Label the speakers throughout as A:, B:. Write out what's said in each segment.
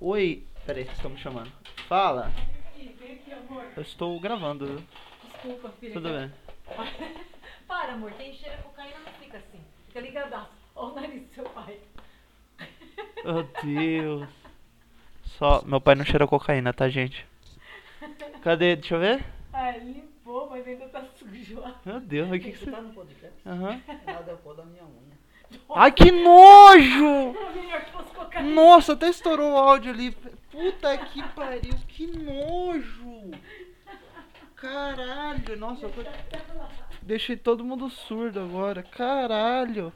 A: Oi. Peraí, estão me chamando. Fala. Eu estou gravando. viu?
B: Desculpa, filha.
A: Tudo bem.
B: Para, amor, quem cheira cocaína não fica assim. Fica ligadaço. Olha o nariz do seu pai.
A: Meu Deus. Só. Meu pai não cheira cocaína, tá, gente? Cadê? Deixa eu ver.
B: Ah, limpou, mas ainda tá sujo.
A: Meu Deus, mas o que, que
C: Você
A: você.
C: tá no podcast?
A: Aham.
C: Nada é o pó da minha unha.
A: Ai, que nojo!
B: Era melhor que fosse cocaína.
A: Nossa, até estourou o áudio ali. Puta que pariu, que nojo! Caralho, nossa, eu tô- deixei todo mundo surdo agora. Caralho!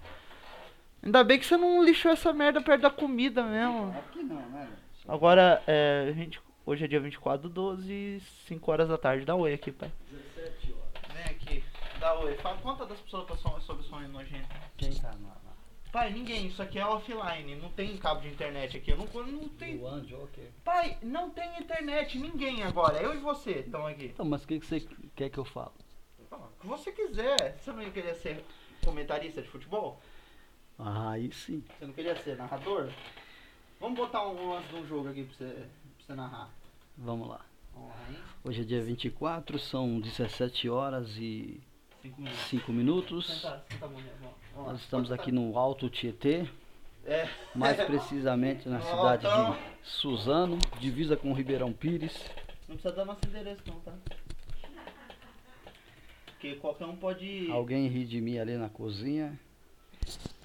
A: Ainda bem que você não lixou essa merda perto da comida mesmo.
C: Aqui não, né? Só
A: Agora, é, gente, hoje é dia 24 do 12, 5 horas da tarde. Dá oi aqui, pai.
C: 17 horas.
A: Vem aqui, dá oi. Fala, conta das pessoas sobre sonho nojento.
C: Quem tá na. na
A: Pai, ninguém, isso aqui é offline, não tem cabo de internet aqui. Eu não, não
C: o anjo, ok.
A: Pai, não tem internet, ninguém agora. Eu e você estão aqui.
C: Então, mas o que, que você quer que eu fale?
A: Fala O que você quiser. Você não queria ser comentarista de futebol?
C: Ah, aí sim.
A: Você não queria ser narrador? Vamos botar um lance de um jogo aqui pra você, pra você narrar.
C: Vamos lá.
A: Vamos lá, hein?
C: Hoje é dia 24, são 17 horas e
A: Cinco minutos.
C: 5 minutos.
A: Senta, senta a mão minha mão. Vamos lá.
C: Nós estamos aqui no Alto Tietê,
A: É.
C: mais precisamente na
A: No
C: cidade
A: Altão.
C: de Suzano, divisa com Ribeirão Pires.
A: Não precisa dar nosso endereço não, tá? Porque qualquer um pode...
C: Alguém ri de mim ali na cozinha,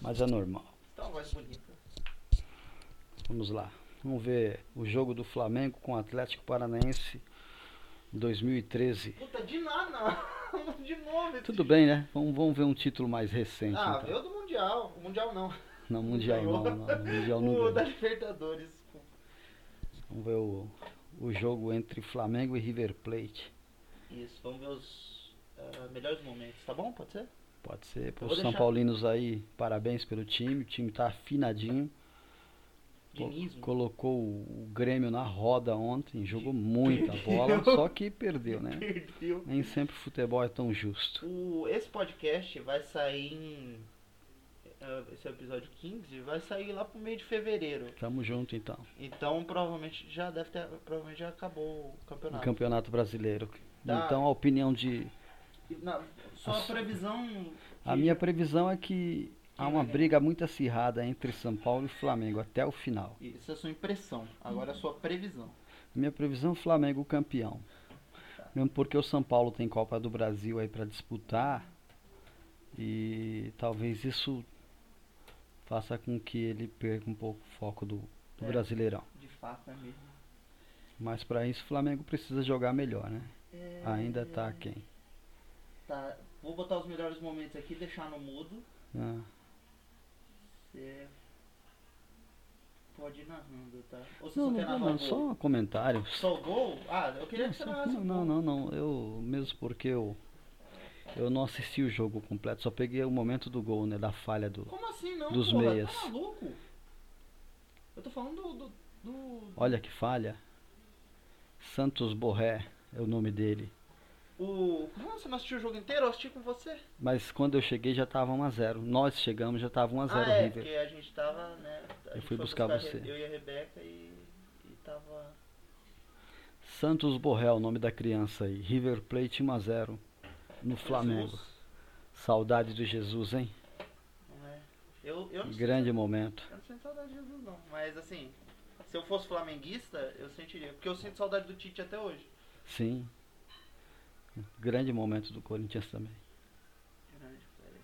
C: mas é normal.
A: Tá uma voz bonita.
C: Vamos lá. Vamos ver o jogo do Flamengo com o Atlético Paranaense 2013.
A: Puta, de nada. De novo. esse
C: Tudo bem, né? Vamos, vamos ver um título mais recente.
A: Ah,
C: então.
A: veio do Mundial. O Mundial não.
C: Não, Mundial não, não. Mundial não.
A: o
C: ganhou.
A: da Libertadores.
C: Vamos ver o, o jogo entre Flamengo e River Plate.
A: Isso, vamos ver os ah, melhores momentos, tá bom? Pode ser?
C: Pode ser. Para
A: vou
C: os São
A: deixar.
C: Paulinos aí, parabéns pelo time. O time tá afinadinho. Co-
A: Dinismo.
C: Colocou o o Grêmio na roda ontem, jogou muita bola, só que perdeu, né?
A: Perdeu.
C: Nem sempre o futebol é tão justo.
A: O, esse podcast vai sair em. ah, Esse é o episódio 15, vai sair lá pro meio de fevereiro.
C: Tamo junto então.
A: Então provavelmente já deve ter. Provavelmente já acabou o
C: no
A: campeonato.
C: Campeonato Brasileiro.
A: Ah. Tá.
C: Então a opinião de.
A: E na- só a previsão.
C: A
A: de-
C: minha previsão é que há uma briga muito acirrada entre São Paulo e Flamengo até o final.
A: Isso é a sua impressão. Agora é a sua previsão.
C: Minha previsão Flamengo campeão. Mesmo porque o São Paulo tem Copa do Brasil aí para disputar. E talvez isso faça com que ele perca um pouco o foco do, do
A: É.
C: Brasileirão.
A: De fato, é mesmo.
C: Mas para isso o Flamengo precisa jogar melhor, né?
A: É.
C: Ainda tá quem?
A: Tá, vou botar os melhores momentos aqui, deixar no mudo.
C: Ah,
A: Você pode ir narrando, tá? Ou você
C: não,
A: só quer
C: não,
A: narrar
C: não,
A: o gol?
C: só um comentário.
A: Só o gol? Ah, eu queria que você narrasse
C: Não,
A: o gol.
C: não, não, não. Eu mesmo porque eu eu não assisti o jogo completo, só peguei o momento do gol, né, da falha do.
A: Como assim não,
C: Dos
A: porra?
C: meias.
A: Tá maluco? Eu tô falando do... do, do-
C: Olha que falha. Santos Borré é o nome dele.
A: O... Não, você não assistiu o jogo inteiro? Eu assisti com você.
C: Mas quando eu cheguei já tava 1 a 0. Nós chegamos já tava 1 a 0
A: ah, é,
C: River.
A: porque a gente tava, né... a
C: Eu
A: gente foi
C: fui buscar
A: a Re-
C: você.
A: Eu e a Rebeca e... E tava...
C: Santos Borré é o nome da criança aí. River Plate 1 a 0 no Flamengo.
A: Jesus,
C: Saudade do Jesus, hein?
A: não é? Eu, eu não
C: Grande momento.
A: Eu não sinto saudade de Jesus, não. Mas, assim, se eu fosse flamenguista, eu sentiria. Porque eu sinto saudade do Tite até hoje.
C: Sim. Grande momento do Corinthians também.
A: Grande, peraí.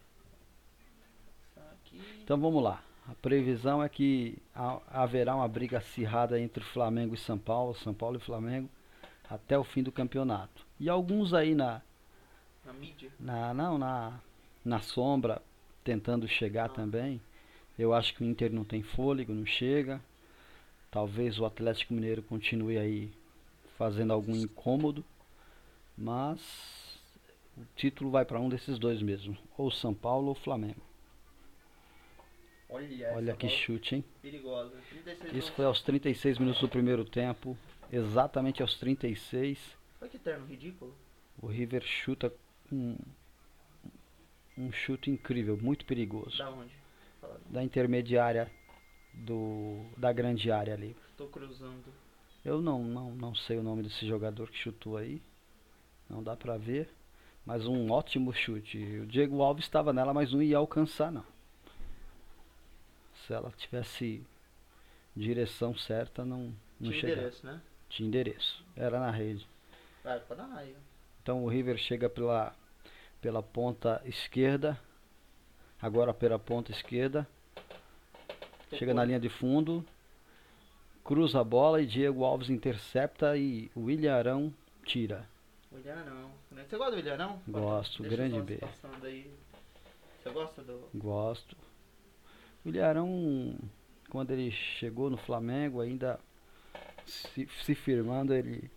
A: Só Tá aqui.
C: Então vamos lá. A previsão é que ha- haverá uma briga acirrada entre Flamengo e São Paulo, São Paulo e Flamengo, até o fim do campeonato. E alguns aí na,
A: Na mídia.
C: na não na, na sombra tentando chegar também. Eu acho que o Inter não tem fôlego, não chega. Talvez o Atlético Mineiro continue aí fazendo algum incômodo, mas o título vai para um desses dois mesmo, ou São Paulo ou Flamengo.
A: Olha, essa
C: Olha que
A: bola
C: chute, hein?
A: perigosa. 36
C: Isso
A: gols.
C: foi aos 36 minutos do primeiro tempo. Exatamente aos 36,
A: Olha que termo ridículo.
C: o River chuta um, um chute incrível, muito perigoso.
A: Da onde? Fala, não.
C: Da intermediária do, da grande área ali.
A: Tô cruzando.
C: Eu não, não, não sei o nome desse jogador que chutou aí. Não dá pra ver. Mas um ótimo chute. O Diego Alves estava nela, mas não ia alcançar, não. Se ela tivesse direção certa, não, não
A: Tinha
C: chegava.
A: endereço, né?
C: Tinha endereço. Era na rede.
A: Vai pra dar raio.
C: Então o River chega pela, pela ponta esquerda. Agora pela ponta esquerda. Chega na linha de fundo. Cruza a bola e Diego Alves intercepta e o William Arão tira.
A: Ilharão. Você gosta do Ilharão?
C: Gosto, grande B.
A: Passando aí. Você gosta do.
C: Gosto. O Ilharão, quando ele chegou no Flamengo, ainda se, se firmando, ele,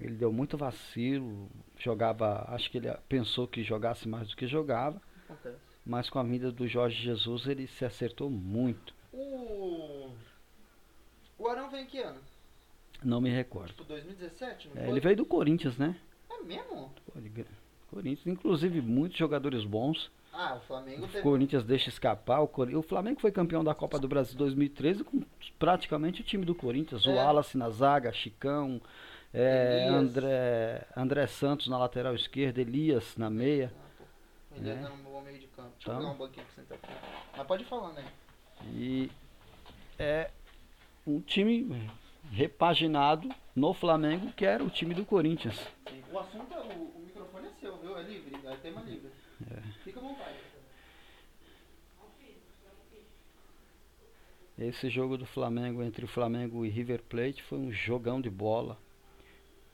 C: ele deu muito vacilo. Jogava, acho que ele pensou que jogasse mais do que jogava,
A: Acontece.
C: mas com a vinda do Jorge Jesus ele se acertou muito.
A: O. O Arão vem que ano?
C: Não me recordo.
A: Tipo 2017? Não
C: É,
A: foi?
C: ele veio do Corinthians, né?
A: É mesmo?
C: Pô, ele gra- Corinthians, inclusive muitos jogadores bons.
A: Ah, o Flamengo
C: O
A: teve.
C: Corinthians deixa escapar. O, Cori- o Flamengo foi campeão da Copa do Brasil 2013 com praticamente o time do Corinthians. O
A: É.
C: Wallace na zaga, Chicão, é,
A: Elias.
C: André, André Santos na lateral esquerda, Elias na meia.
A: Ah, pô. O Elias
C: É.
A: era um bom meio de campo. Deixa eu
C: Então.
A: pegar um banquinho pra sentar aqui. Mas pode falar, né?
C: E é um time repaginado no Flamengo que era o time do Corinthians.
A: O assunto, é- o, o microfone é seu, viu? É livre, é tema livre. Fica à vontade.
C: Esse jogo do Flamengo entre o Flamengo e River Plate foi um jogão de bola.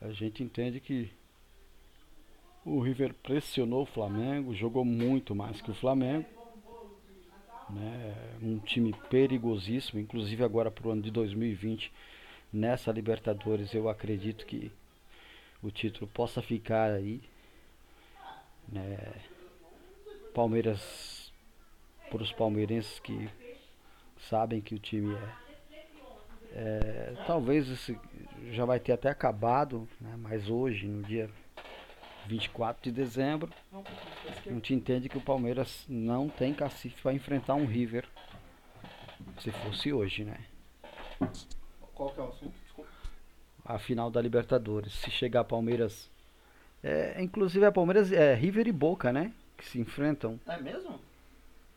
C: A gente entende que o River pressionou o Flamengo, jogou muito mais que o Flamengo. Né? Um time perigosíssimo, inclusive agora para o ano de 2020, nessa Libertadores, eu acredito que o título possa ficar aí. Né? Palmeiras, para os palmeirenses que sabem que o time é. é, talvez esse já vai ter até acabado, né, mas hoje, no dia 24 de dezembro, a gente entende que o Palmeiras não tem cacife para enfrentar um River. Se fosse hoje, né?
A: Qual que é o assunto? Desculpa.
C: A final da Libertadores. Se chegar Palmeiras. É, inclusive é Palmeiras, é River e Boca, né? Que se enfrentam.
A: É mesmo?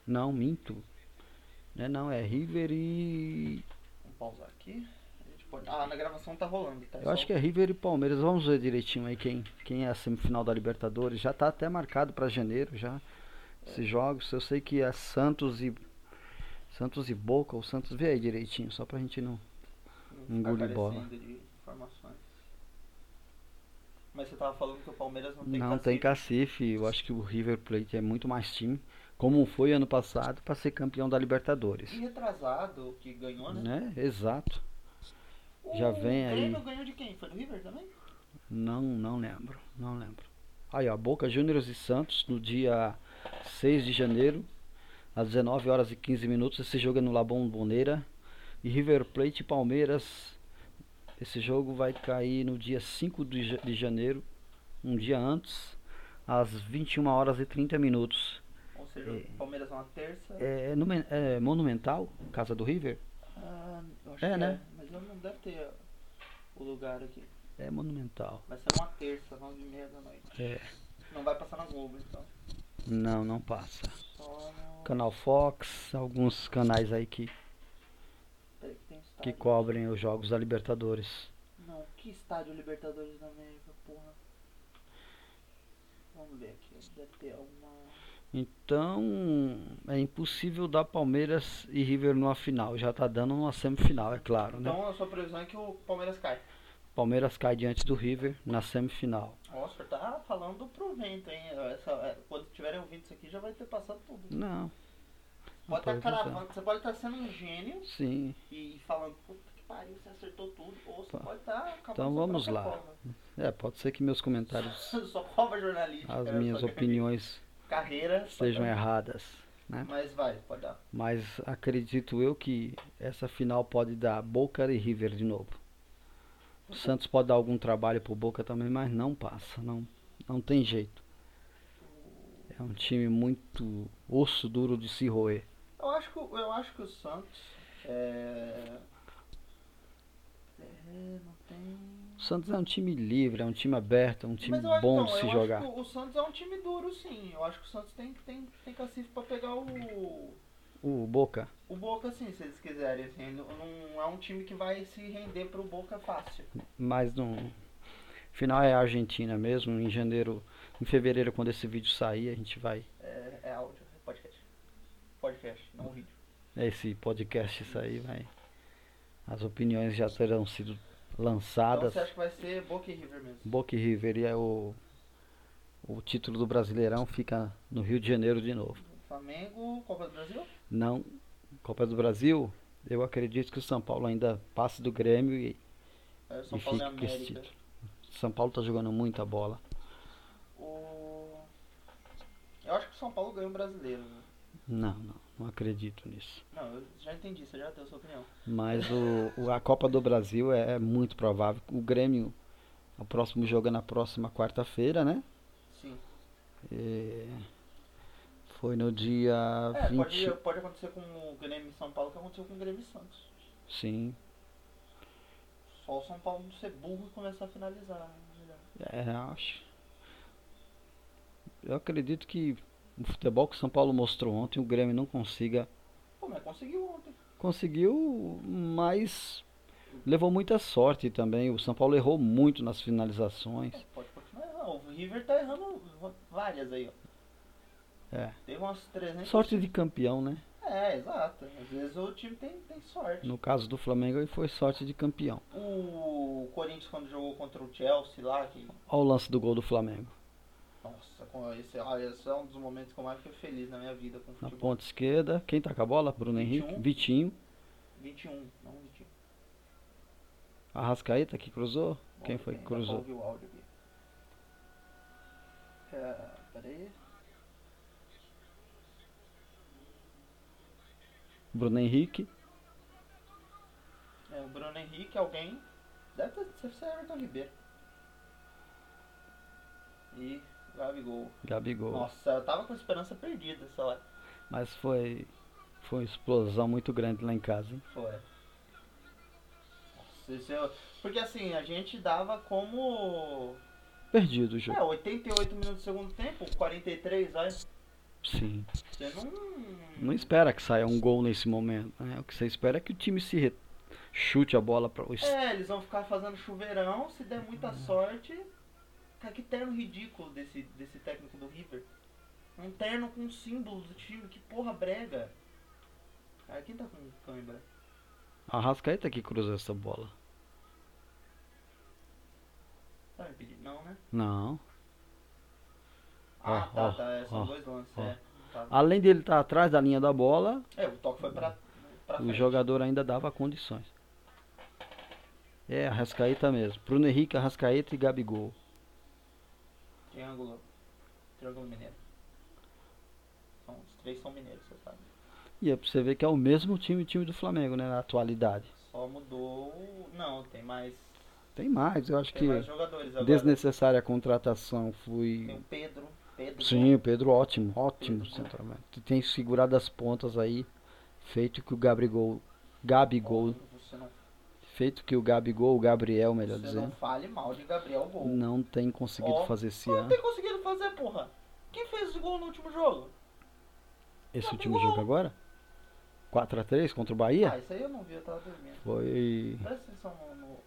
C: Não, minto. Não é não, é River e.
A: Vamos pausar aqui. A gente pode... Ah, na gravação tá rolando, tá?
C: Eu acho que é River e Palmeiras. Vamos ver direitinho aí quem, quem é a semifinal da Libertadores. Já tá até marcado para janeiro já. Esses jogos, eu sei que é Santos e Santos e Boca, ou Santos, vê aí direitinho, só pra gente não. engole um bola.
A: De informações. Mas você tava falando que o Palmeiras não tem
C: Não tem cacife, eu acho que o River Plate é muito mais time, como foi ano passado, para ser campeão da
A: E
C: Libertadores.
A: retrasado que ganhou, né?
C: Né? Exato. Já vem aí.
A: O Grêmio ganhou de quem? Foi do River também?
C: Não, não lembro, não lembro. Aí, ó, Boca Juniors e Santos no dia 6 de janeiro, às 19 horas e 15 minutos. Esse jogo é no La Bombonera. E River Plate e Palmeiras. Esse jogo vai cair no dia 5 de ja- de janeiro, um dia antes, às 21 horas e 30 minutos.
A: Ou seja, o Palmeiras na terça.
C: É, no men- é Monumental, Casa do River?
A: Ah, eu acho
C: É,
A: que
C: né?
A: é. Mas eu não deve ter o lugar aqui.
C: É Monumental.
A: Vai ser uma terça, nove e meia da noite.
C: É,
A: Não vai passar na Globo, então.
C: não, não passa.
A: Só no...
C: Canal Fox, alguns canais aí que
A: Peraí que é, tem estádio.
C: que cobrem os jogos da Libertadores.
A: Não, que estádio Libertadores da América, porra. Vamos ver aqui. Deve ter alguma...
C: Então, é impossível dar Palmeiras e River numa final. Já tá dando uma semifinal, é claro, né?
A: Então a sua previsão é que o Palmeiras cai.
C: Palmeiras cai diante do River na semifinal.
A: O Oscar tá falando pro vento, hein? Essa, é, quando tiverem ouvindo isso aqui já vai ter passado tudo.
C: Não.
A: Pode estar
C: pode
A: caravando, você pode estar sendo um gênio
C: Sim.
A: e falando, puta que pariu, você acertou tudo, ou você
C: Tá.
A: pode estar
C: Então vamos lá. É, pode ser que meus comentários,
A: Só cobra jornalística.
C: as
A: né?
C: minhas
A: Sua
C: opiniões
A: Carreira.
C: sejam
A: só-
C: erradas, né?
A: Mas vai, pode dar.
C: Mas acredito eu que essa final pode dar Boca e River de novo. O Santos pode dar algum trabalho pro Boca também, mas não passa, não, não tem jeito. É um time muito osso duro de se roer.
A: Eu acho que, o- eu acho que o Santos É... é, não tem.
C: O Santos é um time livre, é um time aberto, é um time
A: Mas eu acho-
C: bom
A: não,
C: de se
A: eu
C: jogar.
A: Acho que o Santos é um time duro, sim. Eu acho que o Santos tem, tem, tem cacife pra pegar o.
C: O Boca.
A: O Boca, sim, se eles quiserem. assim. Não- não é um time que vai se render pro Boca fácil.
C: Mas no final é a Argentina mesmo. Em janeiro, em fevereiro, quando esse vídeo sair, a gente vai.
A: É, é áudio, é podcast. Podcast, não vídeo.
C: né, Esse podcast sair, vai. As opiniões já terão sido lançadas.
A: Então você acha que vai ser Boca e River mesmo?
C: Boca e River e é o, o título do Brasileirão fica no Rio de Janeiro de novo.
A: Flamengo, Copa do Brasil?
C: Não, Copa do Brasil, eu acredito que o São Paulo ainda passe do Grêmio e
A: É, São
C: E
A: Paulo e
C: fica com esse
A: América.
C: São Paulo tá jogando muita bola.
A: O... Eu acho que o São Paulo ganha o brasileiro. né?
C: Não, não, não acredito nisso.
A: Não, eu já entendi, você já deu sua opinião.
C: Mas o, o- a Copa do Brasil é, é muito provável. O Grêmio, o próximo jogo é na próxima quarta-feira, né?
A: Sim.
C: É, foi no dia
A: É,
C: 20.
A: pode, pode acontecer com o Grêmio e São Paulo que aconteceu com o Grêmio e Santos.
C: Sim,
A: Só o São Paulo não ser burro e começar a finalizar. né? melhor.
C: É, acho. Eu acredito que o futebol que o São Paulo mostrou ontem, o Grêmio não consiga.
A: Pô, mas conseguiu ontem.
C: Conseguiu, mas levou muita sorte também. O São Paulo errou muito nas finalizações.
A: É, pode continuar errando. O River tá errando várias aí, ó.
C: É.
A: Teve umas 300.
C: Sorte de campeão, né?
A: É, exato. Às vezes o time tem, tem sorte.
C: No caso do Flamengo, aí foi sorte de campeão.
A: O Corinthians quando jogou contra o Chelsea lá, que.
C: Olha o lance do gol do Flamengo.
A: Nossa, com esse, olha, esse é um dos momentos que eu mais fiquei feliz na minha vida com o
C: Na
A: futebol.
C: ponta esquerda, quem tá com a bola? Bruno Henrique,
A: 21.
C: Vitinho.
A: 21, não 21.
C: Arrascaeta que cruzou.
A: Bom,
C: Quem foi
A: dá
C: que
A: pra
C: cruzou?
A: ouvir o áudio aqui. É, peraí.
C: Bruno Henrique.
A: É, o Bruno Henrique, alguém. Deve ter deve ser Everton Ribeiro. E Gabigol.
C: Gabigol.
A: Nossa, eu tava com esperança perdida essa hora.
C: Mas foi, foi uma explosão muito grande lá em casa. hein?
A: Foi. Nossa, esse é o- Porque assim, a gente dava como.
C: Perdido o jogo.
A: É, 88 minutos do segundo tempo, 43, vai. Você
C: Sim.
A: não.
C: Não espera que saia um gol nesse momento. Né? O que você espera é que o time se re- chute a bola para os.
A: É, eles vão ficar fazendo chuveirão, se der muita
C: Hum.
A: sorte. Cara, que terno ridículo desse, desse técnico do River. Um terno com um símbolo do time, que porra brega. Cara, quem tá com câimbra?
C: Arrascaeta que cruzou essa bola.
A: Tá me pedindo? Não, né?
C: Não.
A: Ah,
C: Ó,
A: tá,
C: ó,
A: tá. é, São
C: ó,
A: dois lances,
C: ó. Ah.
A: é. Tá.
C: Além dele estar atrás da linha da bola,
A: É, o toque foi pra, pra
C: o
A: frente.
C: jogador ainda dava condições. É, Arrascaeta mesmo. Bruno Henrique, Arrascaeta e Gabigol.
A: Triângulo. Triângulo mineiro. São, os três são mineiros, você sabe.
C: E é pra você ver que é o mesmo time, o time do Flamengo, né? Na atualidade.
A: Só mudou. o- Não, tem mais.
C: Tem mais, eu acho
A: Tem mais
C: que
A: jogadores agora.
C: desnecessária a contratação foi.
A: Tem o Pedro. Pedro.
C: Sim, o Pedro ótimo, ótimo
A: Pedro.
C: centroavante. Tem segurado as pontas aí, feito que o Gabigol, Gabigol,
A: Você não,
C: feito que o Gabigol, o Gabriel, melhor
A: você não
C: dizendo,
A: fale mal de Gabriel Gol.
C: não tem conseguido
A: Ó,
C: fazer esse
A: Não
C: ano,
A: tem conseguido fazer, porra. Quem fez o gol no último jogo?
C: esse
A: Gabigol.
C: último jogo agora. 4 a 3 contra o
A: Ah,
C: Bahia?
A: isso aí eu não vi, eu tava dormindo.
C: Foi
A: Presta atenção no. no-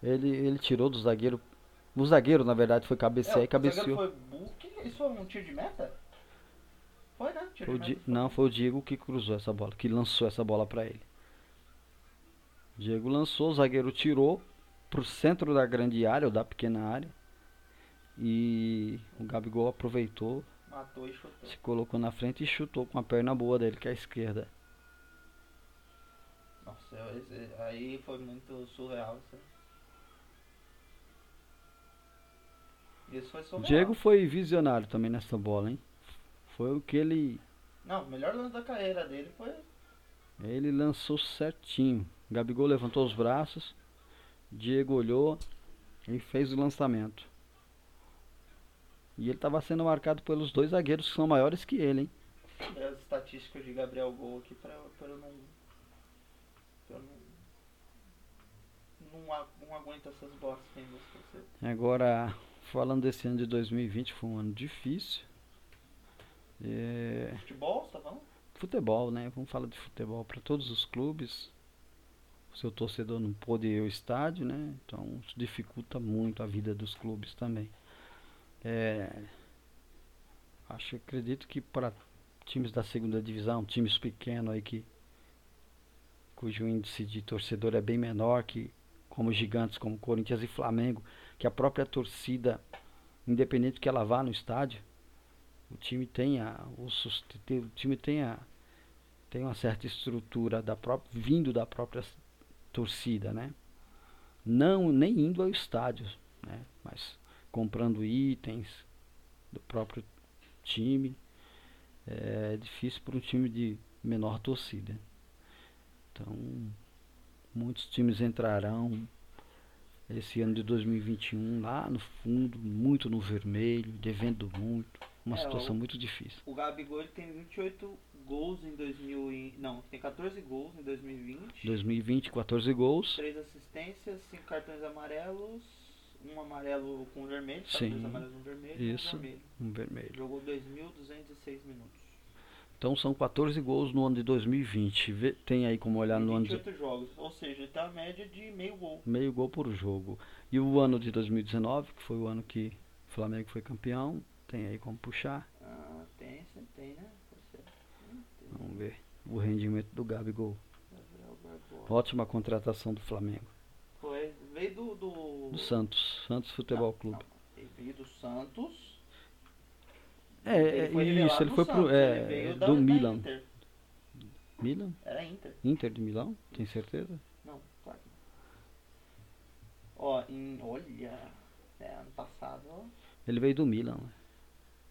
C: ele ele tirou do zagueiro. O zagueiro, na verdade, foi
A: É,
C: cabecear
A: o
C: e cabeceou.
A: zagueiro Foi... bu- que- Isso foi um tiro de meta? Foi, né? Tiro
C: Foi o
A: de
C: Di-
A: meta.
C: Não, foi o Diego que cruzou essa bola, que lançou essa bola pra ele. Diego lançou, o zagueiro tirou pro centro da grande área ou da pequena área. E o Gabigol aproveitou,
A: Matou e chutou.
C: se colocou na frente e chutou com a perna boa dele, que é a esquerda.
A: Nossa, eu- esse- aí foi muito surreal. Isso, aí. Isso foi
C: O
A: surreal.
C: Diego foi visionário também nessa bola, hein? Foi o que ele
A: Não, o melhor lance da carreira dele foi
C: ele lançou certinho. Gabigol levantou os braços, Diego olhou e fez o lançamento. E ele estava sendo marcado pelos dois zagueiros que são maiores que ele, hein?
A: as estatística de Gabriel Gol aqui pra, pra eu não. Pra eu não. Não, a- não aguento essas bostas que ainda se você.
C: Agora, falando desse ano de 2020, foi um ano difícil. É,
A: Futebol, você tá falando?
C: futebol, né? Vamos falar de futebol para todos os clubes. O seu torcedor não pôde ir ao estádio, né? Então isso dificulta muito a vida dos clubes também. É, acho, acredito que para times da segunda divisão, times pequenos aí que cujo índice de torcedor é bem menor que como gigantes como Corinthians e Flamengo, que a própria torcida, independente que ela vá no estádio, o time tem a, o, sus- te- o time tem a, tem uma certa estrutura da própria vindo da própria s- torcida, né? Não nem indo ao estádio, né? Mas comprando itens do próprio time é difícil para um time de menor torcida. Então muitos times entrarão esse ano de 2021 lá no fundo, muito no vermelho, devendo muito, uma
A: É,
C: situação
A: o-
C: muito difícil.
A: O Gabigol ele tem 28 gols em 2000 e... Não, tem 14 gols em 2020.
C: 2020, 14 gols.
A: Três assistências, cinco cartões amarelos, um amarelo com vermelho, tá?
C: Sim,
A: dois amarelos um vermelho, e um
C: isso.
A: vermelho.
C: Um vermelho.
A: Jogou 2.206 minutos.
C: Então são 14 gols no ano de 2020. Vê- Tem aí como olhar
A: Em
C: no ano de
A: 28 jogos, ou seja, ele tá a média de meio gol.
C: meio gol por jogo. E o ano de 2019, que foi o ano que o Flamengo foi campeão, tem aí como puxar.
A: Ah, tem, você tem, né? Você hum, tem,
C: Vamos ver o rendimento do Gabigol.
A: Gabriel Barbosa.
C: Ótima contratação do Flamengo.
A: Foi, veio do... Do,
C: Do Santos, Santos
A: Ah,
C: Futebol Clube.
A: Não, ele veio do Santos.
C: É, é
A: foi
C: isso,
A: revelado
C: ele
A: no
C: foi pro
A: Santos, ele
C: é,
A: veio da-
C: do
A: da
C: Milan.
A: Inter.
C: Milan?
A: Era Inter.
C: Inter de Milão? Tem certeza?
A: Não, claro que não. Ó, em. Olha. É, ano passado, ó.
C: Ele veio do Milan. né?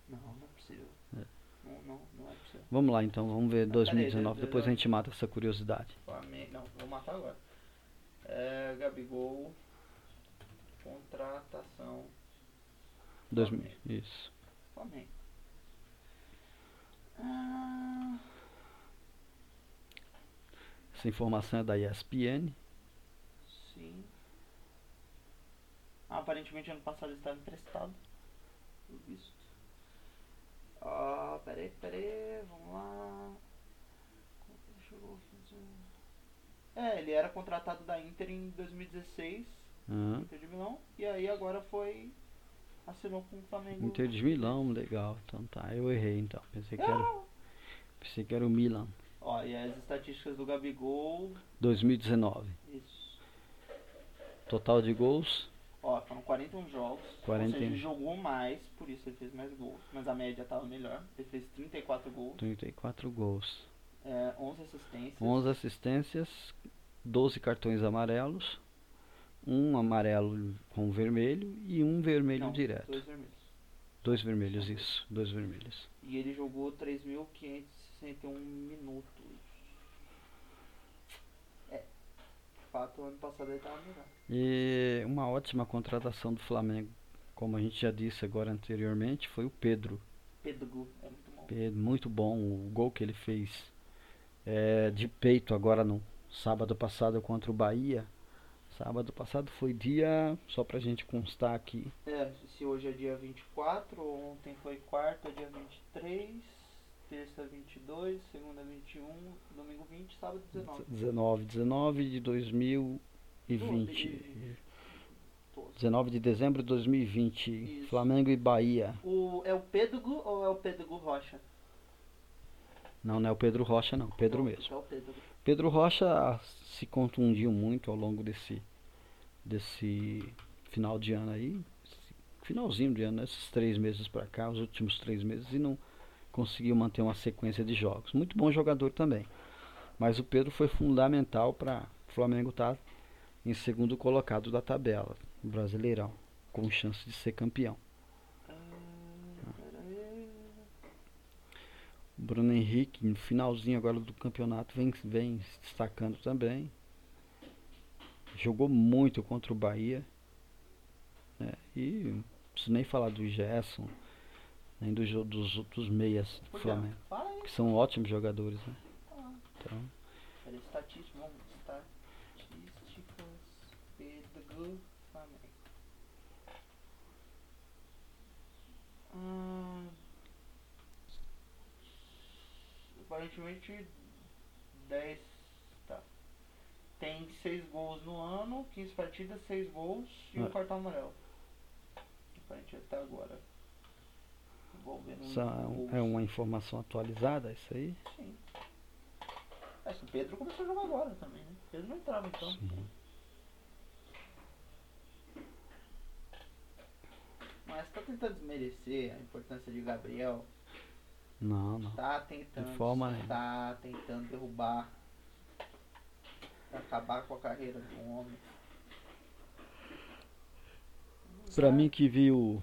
A: Não, não é possível.
C: É.
A: Não, não, não é possível.
C: Vamos lá então, vamos ver
A: Não, peraí,
C: 2019,
A: dois-
C: depois a
A: dois-
C: gente mata essa curiosidade.
A: Flamengo. Não, vou matar agora. É, Gabigol. Contratação.
C: Dois,
A: Flamengo.
C: isso.
A: Flamengo. Ah,
C: Essa informação é da ESPN.
A: sim. Ah, aparentemente ano passado ele estava emprestado. Pelo visto. Ah, peraí, peraí, vamos lá. Como que ele chegou ao fim de- É, ele era contratado da Inter em 2016.
C: Ah,
A: Inter de Milão. E aí agora foi. Assinou com o Flamengo.
C: Inter de Milão, legal. Então tá, eu errei então. Pensei que era,
A: Ah!
C: pensei que era o Milan.
A: Ó, e as estatísticas do Gabigol.
C: 2019.
A: Isso.
C: Total de gols,
A: Ó, foram 41 jogos. Ou
C: 41.
A: seja, ele jogou mais, por isso ele fez mais gols. Mas a média tava melhor. Ele fez 34 gols,
C: 34 gols,
A: é, 11 assistências.
C: 11 assistências, 12 cartões amarelos, um amarelo com vermelho e um vermelho
A: Não,
C: direto.
A: Dois vermelhos.
C: Dois vermelhos, isso, dois vermelhos.
A: E ele jogou 3.561 minutos. É. De fato, ano passado ele tava melhor.
C: E uma ótima contratação do Flamengo, como a gente já disse agora anteriormente, foi o Pedro.
A: Pedro Gu é muito bom.
C: É Muito bom o gol que ele fez é, de peito agora no sábado passado contra o Bahia. Sábado passado foi dia, só pra gente constar aqui,
A: É, se hoje é dia 24, ontem foi quarta, dia 23, terça 22, segunda 21, domingo 20, sábado 19.
C: 19, 19 de 2020.
A: Doze.
C: 19 de dezembro de 2020,
A: Isso.
C: Flamengo e Bahia.
A: O, é o Pedro ou é o Pedro Rocha?
C: Não, não é o Pedro Rocha não, Pedro
A: Não,
C: mesmo.
A: É o Pedro.
C: Pedro Rocha se contundiu muito ao longo desse desse final de ano aí, esse finalzinho de ano, né, esses três meses pra cá, os últimos três meses e não conseguiu manter uma sequência de jogos. Muito bom jogador também, mas o Pedro foi fundamental para o Flamengo estar em segundo colocado da tabela, no Brasileirão, com chance de ser campeão.
A: Ah, peraí.
C: O Bruno Henrique, no finalzinho agora do campeonato, vem, vem se destacando também. Jogou muito contra o Bahia. né? E não preciso nem falar do Gerson, nem do, jo- dos outros meias do
A: Ô, Jean,
C: Flamengo.
A: Fala aí,
C: Porque são ótimos jogadores, né? Então,
A: Era estatístico, vamos, tá. estatísticas do Flamengo. Hum, aparentemente 10. Tá. Tem 6 gols no ano, 15 partidas, 6 gols e um
C: É.
A: cartão amarelo. Aparentemente até agora. Vou ver no
C: essa é um- é uma informação atualizada, isso aí.
A: Sim. Acho É que o Pedro começou a jogar agora também, né? O Pedro não entrava então.
C: Sim.
A: Mas tá tentando desmerecer a importância de Gabriel.
C: Não, não.
A: Tá tentando.
C: De forma nenhuma.
A: tá tentando derrubar. Acabar com a carreira do homem.
C: Pra mim que viu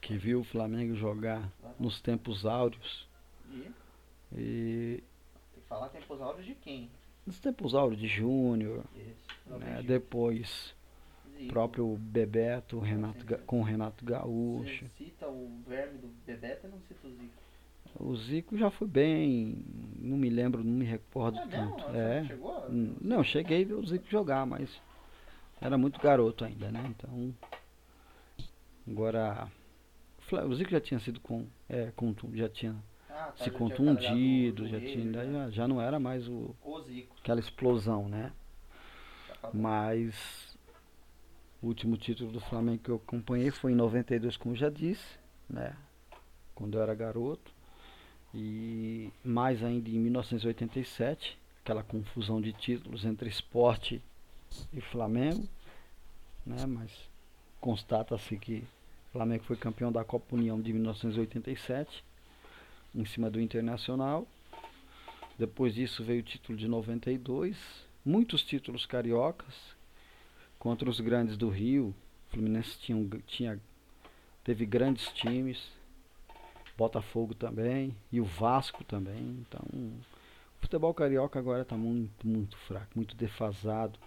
C: que viu o Flamengo jogar nos tempos áureos
A: E tem
C: e
A: que falar tempos áureos de quem?
C: nos tempos áureos de Júnior,
A: Isso.
C: né, depois
A: Zico.
C: próprio Bebeto, Renato Ga- com o Renato Gaúcho.
A: Você cita o verme do Bebeto e não cita o Zico.
C: O Zico já foi bem, não me lembro, não me recordo
A: É mesmo?
C: tanto.
A: Você
C: É.
A: Chegou?
C: Hum, Não, cheguei a ver o Zico jogar, mas era muito garoto ainda, né? Então. Agora. o Fla- O Zico já tinha sido com. É, contu- já tinha
A: Ah, tá,
C: se
A: já tinha
C: contundido,
A: carregado
C: já
A: o joelho,
C: tinha.
A: né?
C: Já, já não era mais o,
A: O Zico.
C: aquela explosão, né?
A: já acabou.
C: Mas o último título do Flamengo que eu acompanhei foi em 92, como eu já disse, né? Quando eu era garoto. E mais ainda em 1987, aquela confusão de títulos entre esporte e Flamengo, né? Mas constata-se que o Flamengo foi campeão da Copa União de 1987 em cima do Internacional. Depois disso veio o título de 92, muitos títulos cariocas contra os grandes do Rio. O Fluminense tinha, um gr- tinha- teve grandes times, Botafogo também e o Vasco também. Então, o futebol carioca agora está muito, muito fraco, muito defasado.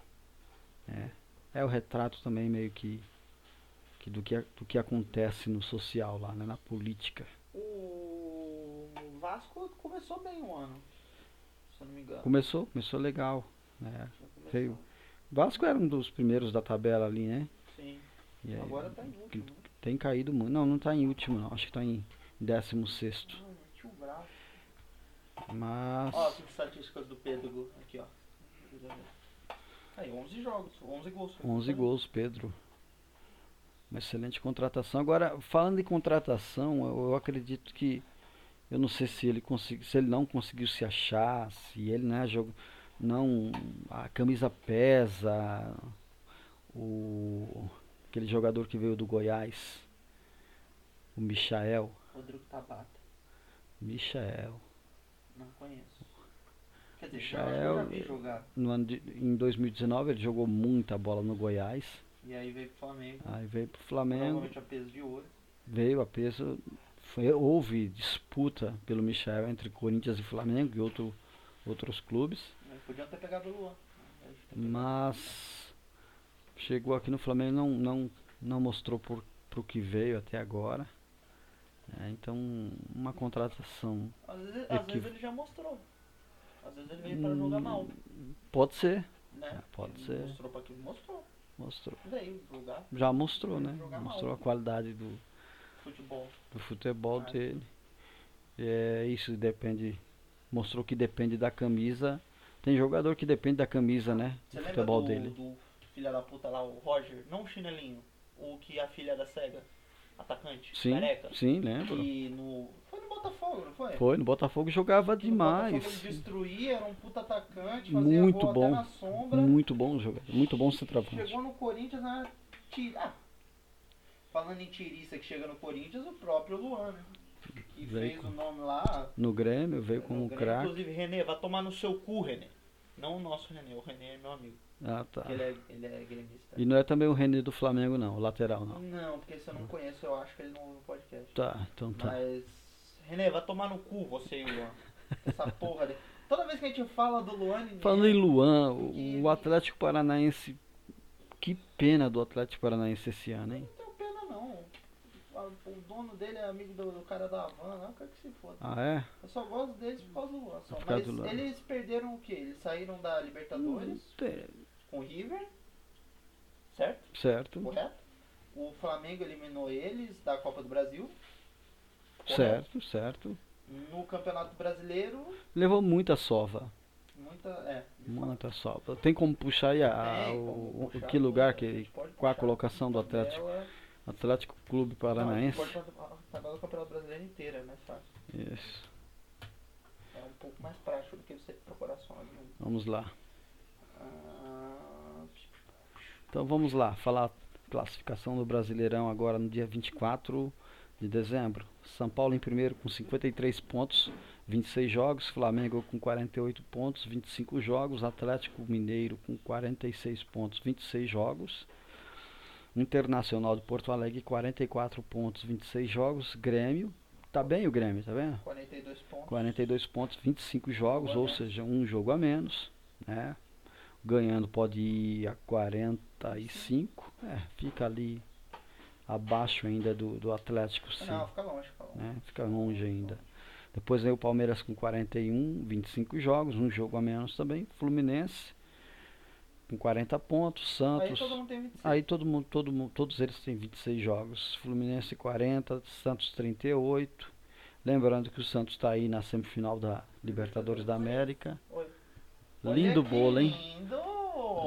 C: né? É o retrato também meio que, que do, que a- do que acontece no social lá, né? na política.
A: O Vasco começou bem o ano. Se eu não me engano.
C: Começou, começou legal. né?
A: Já começou.
C: veio. Vasco era um dos primeiros da tabela ali, né?
A: Sim.
C: E aí,
A: Agora tá em último. né?
C: Tem caído muito. Não, não tá em último, não. Acho que tá em 16.
A: Ah, meti o bravo.
C: Mas.
A: Ó, as estatísticas do Pedro aqui, ó. Aí, 11 jogos, 11 gols.
C: 11 gols, Pedro. Uma excelente contratação. Agora, falando em contratação, eu, eu acredito que. Eu não sei se ele consegui, se ele não conseguiu se achar, se ele né, jogo, não. A camisa pesa. O, aquele jogador que veio do Goiás, o Michael.
A: Rodrigo Tabata.
C: Michael.
A: Não conheço. Quer dizer,
C: Já
A: eu acho que
C: é
A: eu já
C: o-
A: vi jogar.
C: No ano de, em 2019 ele jogou muita bola no Goiás.
A: E aí veio pro Flamengo.
C: Aí veio pro Flamengo,
A: Provavelmente a peso de ouro.
C: veio a peso. Foi, houve disputa pelo Michael entre Corinthians e Flamengo e outro, outros clubes.
A: Mas Podiam ter pegado o Luan. Deve ter pegado.
C: Mas chegou aqui no Flamengo e não, não, não mostrou por, pro que veio até agora. né? então, uma contratação
A: Às vezes,
C: É
A: às
C: que-
A: vezes ele já mostrou. Às vezes ele veio pra jogar mal,
C: pode ser,
A: né?
C: É, pode
A: Ele
C: ser.
A: Mostrou pra quem mostrou.
C: mostrou.
A: Veio jogar
C: Já mostrou, né?
A: Jogar mal.
C: Mostrou a qualidade do,
A: futebol.
C: do futebol
A: Ah.
C: dele. É, isso depende. Mostrou que depende da camisa. Tem jogador que depende da camisa, né?
A: Você
C: do
A: lembra
C: futebol
A: do,
C: dele.
A: do filha da puta lá, o Roger? Não o chinelinho. O que é a filha da cega, atacante,
C: Sim,
A: careca.
C: sim, lembro.
A: Que no. Foi no Botafogo, não foi?
C: Foi, no Botafogo jogava
A: Que no Botafogo
C: demais.
A: ele destruía, era um puta atacante, fazia
C: Muito
A: gol
C: bom.
A: até na sombra.
C: Muito bom jogador, muito bom centroavante.
A: né? Chegou no Corinthians na tira. Ah, falando em tirista que chega no Corinthians, o próprio Luan, né? Que
C: Veio
A: fez
C: com-
A: o nome lá,
C: No Grêmio, veio como
A: No Grêmio,
C: craque.
A: Inclusive, René, vai tomar no seu cu, René. Não o nosso René, o René é meu amigo.
C: Ah, tá.
A: Ele é, ele é gremista.
C: E não é também o René do Flamengo, não, o lateral, não.
A: Não, porque se eu não conheço, eu acho que ele não ouve o podcast.
C: Tá, então tá.
A: Mas, René, vai tomar no cu você e o Luan. Essa porra dele. Toda vez que a gente fala do Luan... ninguém-
C: Falando em Luan, o- o Atlético Paranaense. Que pena do Atlético Paranaense esse ano, hein?
A: Não tenho pena, não. O- o dono dele é amigo do, do cara da Havan, lá, eu quero que se foda.
C: Ah, é?
A: Eu só gosto deles por causa do Luan. Só.
C: Por
A: Mas
C: causa do Luan.
A: eles perderam o quê? Eles saíram da Libertadores
C: Uhum.
A: com o River, certo?
C: Certo.
A: Correto? O Flamengo eliminou eles da Copa do Brasil. Correto.
C: Certo, certo.
A: No Campeonato Brasileiro,
C: Levou muita sova.
A: muita. É. de fato.
C: Muita sova. Tem como puxar aí a,
A: Tem
C: Ah, o-
A: como
C: o-
A: É, então, puxar
C: que
A: tudo,
C: lugar
A: a
C: que.
A: gente pode
C: Qual a
A: puxar
C: colocação do
A: tabela.
C: Atlético? Atlético Clube
A: Não, a gente
C: Paranaense?
A: pode fazer a tabela do Campeonato Brasileiro inteira, é mais fácil.
C: Isso.
A: É um pouco mais prático do que você procurar só um.
C: Vamos lá.
A: Ah,
C: Então vamos lá, falar a classificação do Brasileirão agora no dia 24 de dezembro. São Paulo em primeiro com 53 pontos, 26 jogos, Flamengo com 48 pontos, 25 jogos, Atlético Mineiro com 46 pontos, 26 jogos. Internacional de Porto Alegre 44 pontos, 26 jogos, Grêmio, tá bem o Grêmio, tá vendo?
A: 42 pontos.
C: 42 pontos, 25 jogos,
A: Jogo a
C: ou
A: menos.
C: seja, um jogo a menos, né? Ganhando pode ir a 45, é, fica ali abaixo ainda do, do Atlético, sim,
A: Não, fica longe, fica longe.
C: né? Fica longe ainda. Depois vem o Palmeiras com 41, 25 jogos, um jogo a menos também, Fluminense com 40 pontos,
A: Aí
C: Santos.
A: todo mundo tem 25.
C: Aí todo mundo, todo mundo, todos eles têm 26 jogos. Fluminense 40, Santos 38. Lembrando que o Santos está aí na semifinal da Libertadores da América.
A: Oi.
C: Lindo
A: Olha que
C: bolo, hein?
A: Lindo!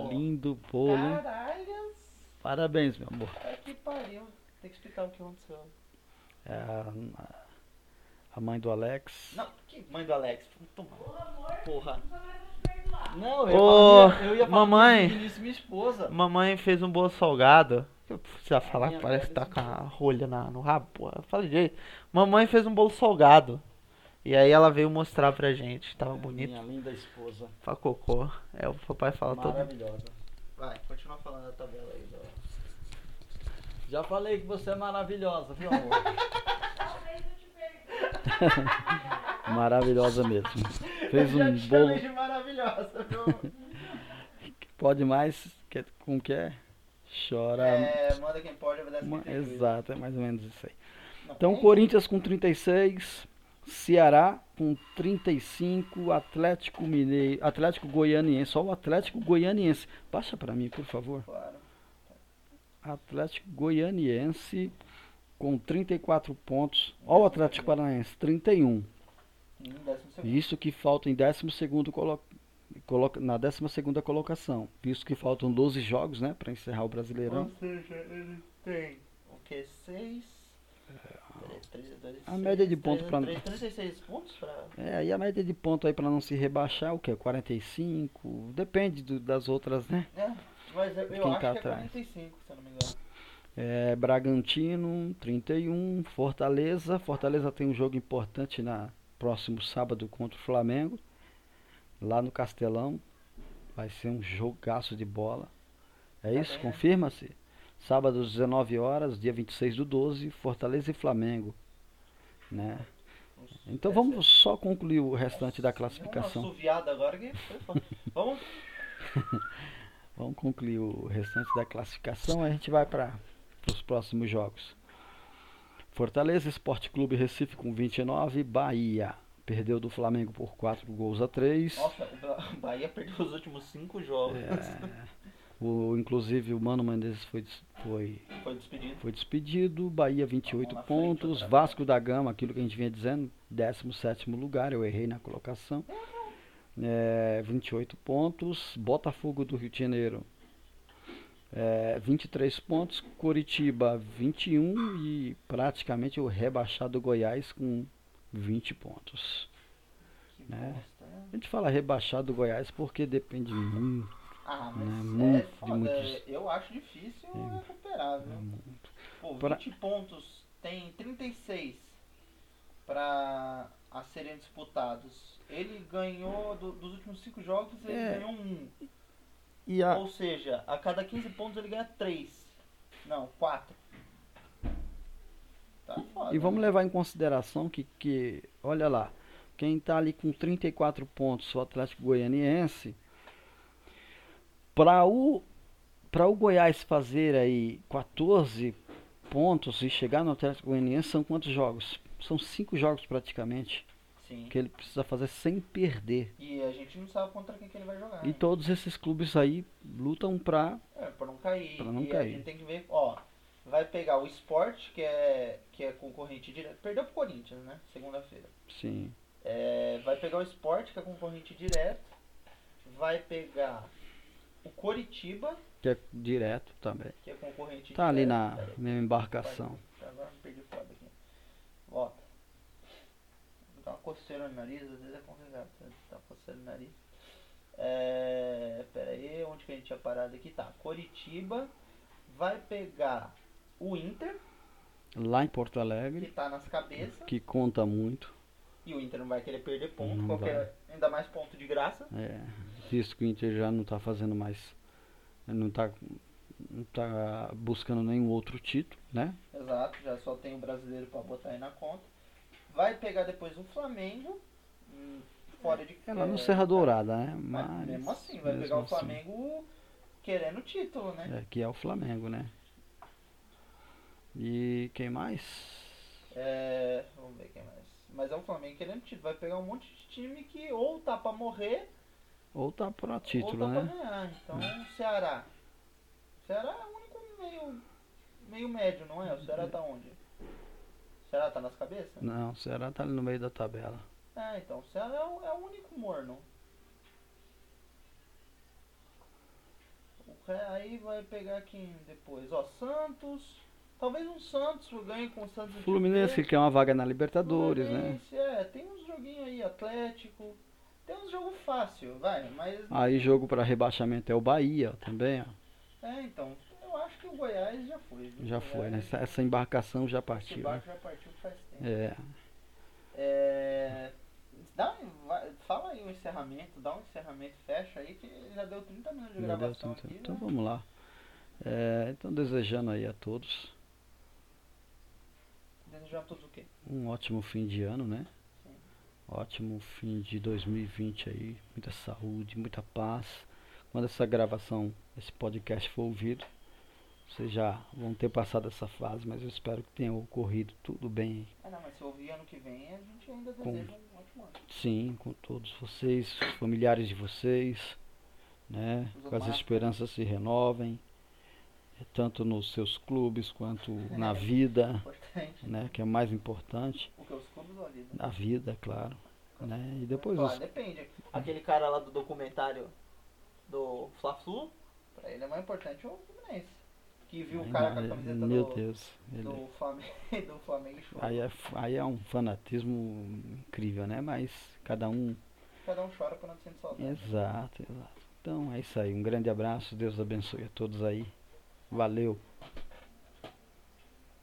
C: Lindo bolo, hein?
A: Caralho!
C: Parabéns, meu amor.
A: Tá que pariu. Tem que explicar o que aconteceu.
C: É a, a mãe do Alex.
A: Não, que mãe do Alex. Toma. Porra. Não, eu,
D: Ô,
A: ia falar, eu ia falar
D: mamãe.
A: que eu fiz isso, minha esposa.
D: Mamãe fez um bolo salgado. Eu precisava
A: É,
D: falar
A: minha
D: que parece que
A: velha
D: tá com a rolha na, no rabo. Pô, eu falei jeito. Mamãe fez um bolo salgado. E aí ela veio mostrar pra gente.
A: É,
D: Tava bonito.
C: Minha linda esposa.
D: Pra cocô. É, o papai fala todo.
C: Maravilhosa.
A: Vai, continua falando da tabela aí. Ó.
C: Já falei que você é maravilhosa, viu, amor?
B: Talvez eu te pergunte.
C: maravilhosa mesmo. Fez
A: Eu já
C: um
A: te chamei
C: bolo.
A: de maravilhosa, viu?
C: Pode mais. Que, como que é? Chora.
A: é, manda quem pode, obedece
C: Uma-
A: quem tem juízo.
C: exato, é mais ou menos isso aí.
A: Não,
C: Então,
A: quem?
C: Corinthians com 36, Ceará com 35, Atlético Mineiro, Atlético Goianiense, só o Atlético Goianiense. Baixa pra mim, por favor.
A: Claro.
C: Atlético Goianiense com 34 pontos. Olha o Atlético Paranaense, 31.
A: Hum, décimo segundo.
C: Visto que faltam em 12 colo... coloca na 12 colocação. Visto que faltam 12 jogos, né, Pra encerrar o Brasileirão.
A: Ou seja, ele tem o que? 6. é
C: A média de ponto pra-
A: 36 pontos pra.
C: É, e a média de ponto aí pra não se rebaixar, o que? 45? Depende do- das outras, né?
A: É, mas eu, eu acho
C: Quem tá
A: que
C: atrás?
A: é 45, se eu não me engano.
C: É, Bragantino, 31. Fortaleza. Fortaleza tem um jogo importante na próximo sábado contra o Flamengo. Lá no Castelão. Vai ser um jogaço de bola. É
A: Tá
C: isso?
A: bem, né?
C: Confirma-se? Sábado às 19 horas, dia 26 do 12, Fortaleza e Flamengo. Né?
A: É,
C: Então vamos só concluir o restante da
A: Uma
C: classificação.
A: assoviada agora que foi foda. Vamos.
C: Vamos concluir o restante da classificação, aí a gente vai para os próximos jogos. Fortaleza Esporte Clube Recife com 29, Bahia perdeu do Flamengo por 4 gols a 3.
A: Nossa, o Ba- o Bahia perdeu os últimos 5 jogos.
C: É, O, inclusive o Mano Mendes foi, des- foi,
A: Foi despedido.
C: foi despedido, Bahia
A: Vamos
C: 28
A: na frente,
C: pontos,
A: outra vez.
C: Vasco da Gama, aquilo que a gente vinha dizendo, 17 lugar, eu errei na colocação. É, 28 pontos, Botafogo do Rio de Janeiro é, 23 pontos, Curitiba 21 e praticamente o rebaixado Goiás com 20 pontos.
A: Que
C: Né?
A: bosta, né?
C: A gente fala rebaixado Goiás porque depende muito.
A: Ah,
C: Né,
A: mas é,
C: muito, de
A: foda.
C: muitos-
A: Eu acho difícil recuperar, viu? Pô, 20
C: Pra-
A: pontos tem 36 para a serem disputados. Ele ganhou do- dos últimos 5 jogos, ele
C: É. Ah.
A: ganhou um.
C: E a,
A: Ou seja, a cada 15 pontos ele ganha 3. Não, 4. Tá foda.
C: E vamos
A: né?
C: levar em consideração que, que olha lá, quem está ali com 34 pontos, o Atlético Goianiense, para o, pra o Goiás fazer aí 14 pontos e chegar no Atlético Goianiense são quantos jogos? São cinco jogos praticamente
A: Sim.
C: que ele precisa fazer sem perder.
A: E a gente não sabe contra quem que ele vai jogar. né?
C: E
A: ainda.
C: todos esses clubes aí lutam pra.
A: É, pra não cair.
C: Pra não
A: e
C: cair.
A: a gente tem que ver, ó, vai pegar o Sport, que é, que é concorrente direto. Perdeu pro Corinthians, né? Segunda-feira.
C: Sim.
A: É, vai pegar o Sport, que é concorrente direto. Vai pegar o Coritiba,
C: Que é direto também.
A: que é concorrente direto.
C: Tá ali na
A: Peraí,
C: mesma embarcação.
A: Agora me perdi o foda aqui. Ó. Dá uma coceira no nariz, às vezes é complicado. Tá, tá coceira no nariz. É, pera aí, onde que a gente tinha parado aqui? Tá, Coritiba vai pegar o Inter,
C: Lá em Porto
A: que
C: Alegre,
A: tá nas cabeças.
C: que conta muito.
A: E o Inter não vai querer perder ponto,
C: Não
A: qualquer, ainda mais ponto de graça.
C: É, visto que o Inter já não tá fazendo mais. Não tá, não tá buscando nenhum outro título, né?
A: Exato, já só tem o brasileiro pra botar aí na conta. Vai pegar depois o Flamengo, hum, fora de
C: É lá
A: é,
C: no Serra Dourada, né?
A: Mas,
C: Mas.
A: mesmo assim, vai
C: mesmo
A: pegar o
C: assim.
A: Flamengo querendo o título, né?
C: É, que é o Flamengo, né? E quem mais?
A: É, vamos ver quem mais. Mas é o Flamengo querendo título. Vai pegar um monte de time que ou tá pra morrer
C: Ou tá pra
A: ou
C: título,
A: tá
C: né?
A: pra ganhar. Então, o Ceará. O Ceará é o único meio, meio médio, não é? O Ceará tá onde? O Ceará tá nas cabeças?
C: Não, o Ceará tá ali no meio da tabela.
A: É, então, o Ceará é o, é o único morno. O re- Aí vai pegar quem depois? Ó, Santos. Talvez um Santos ganhe com o Santos. de
C: Fluminense que
A: Feira.
C: quer uma vaga na Libertadores, né?
A: Fluminense, É, tem uns joguinhos aí, Atlético. Tem uns jogos fácil, vai, mas.
C: Aí jogo pra rebaixamento é o Bahia também, ó.
A: É, então. Eu acho que o Goiás já foi. viu?
C: Já
A: O
C: foi,
A: Goiás,
C: né? Essa, essa embarcação já
A: Esse
C: partiu. né?
A: barco já partiu faz tempo.
C: É.
A: É, dá um- vai- fala aí o encerramento, dá um encerramento, fecha aí, que já deu 30 minutos de
C: Meu Deus,
A: gravação
C: então,
A: aqui.
C: então
A: né?
C: vamos lá. É, então desejando aí a todos
A: Desejamos todos o quê?
C: um ótimo fim de ano, né?
A: Sim.
C: Ótimo fim de 2020 aí, muita saúde, muita paz. Quando essa gravação, esse podcast for ouvido, vocês já vão ter passado essa fase, mas eu espero que tenha ocorrido tudo bem.
A: Ah não, mas se ouvir ano que vem, a gente ainda
C: Com-
A: deseja um ótimo ano.
C: Sim, com todos vocês, os familiares de vocês, né?
A: Os
C: Que as
A: amados.
C: esperanças se renovem, tanto nos seus clubes quanto na vida.
A: Importante.
C: né, que é o mais importante,
A: O que os clubes ou a vida?
C: a vida, claro, né, e depois
A: Ah,
C: os,
A: depende. Aquele cara lá do documentário do Fla-Flu, pra ele é mais importante o Fluminense. Que viu o cara com a camiseta
C: meu
A: do,
C: Deus, ele-
A: do Flamengo, do Flamengo e chora.
C: aí, é, f- aí é um fanatismo incrível, né, mas cada um,
A: Cada um chora pra não sentir saudade.
C: exato, exato, então é isso aí, um grande abraço, Deus abençoe a todos aí, valeu.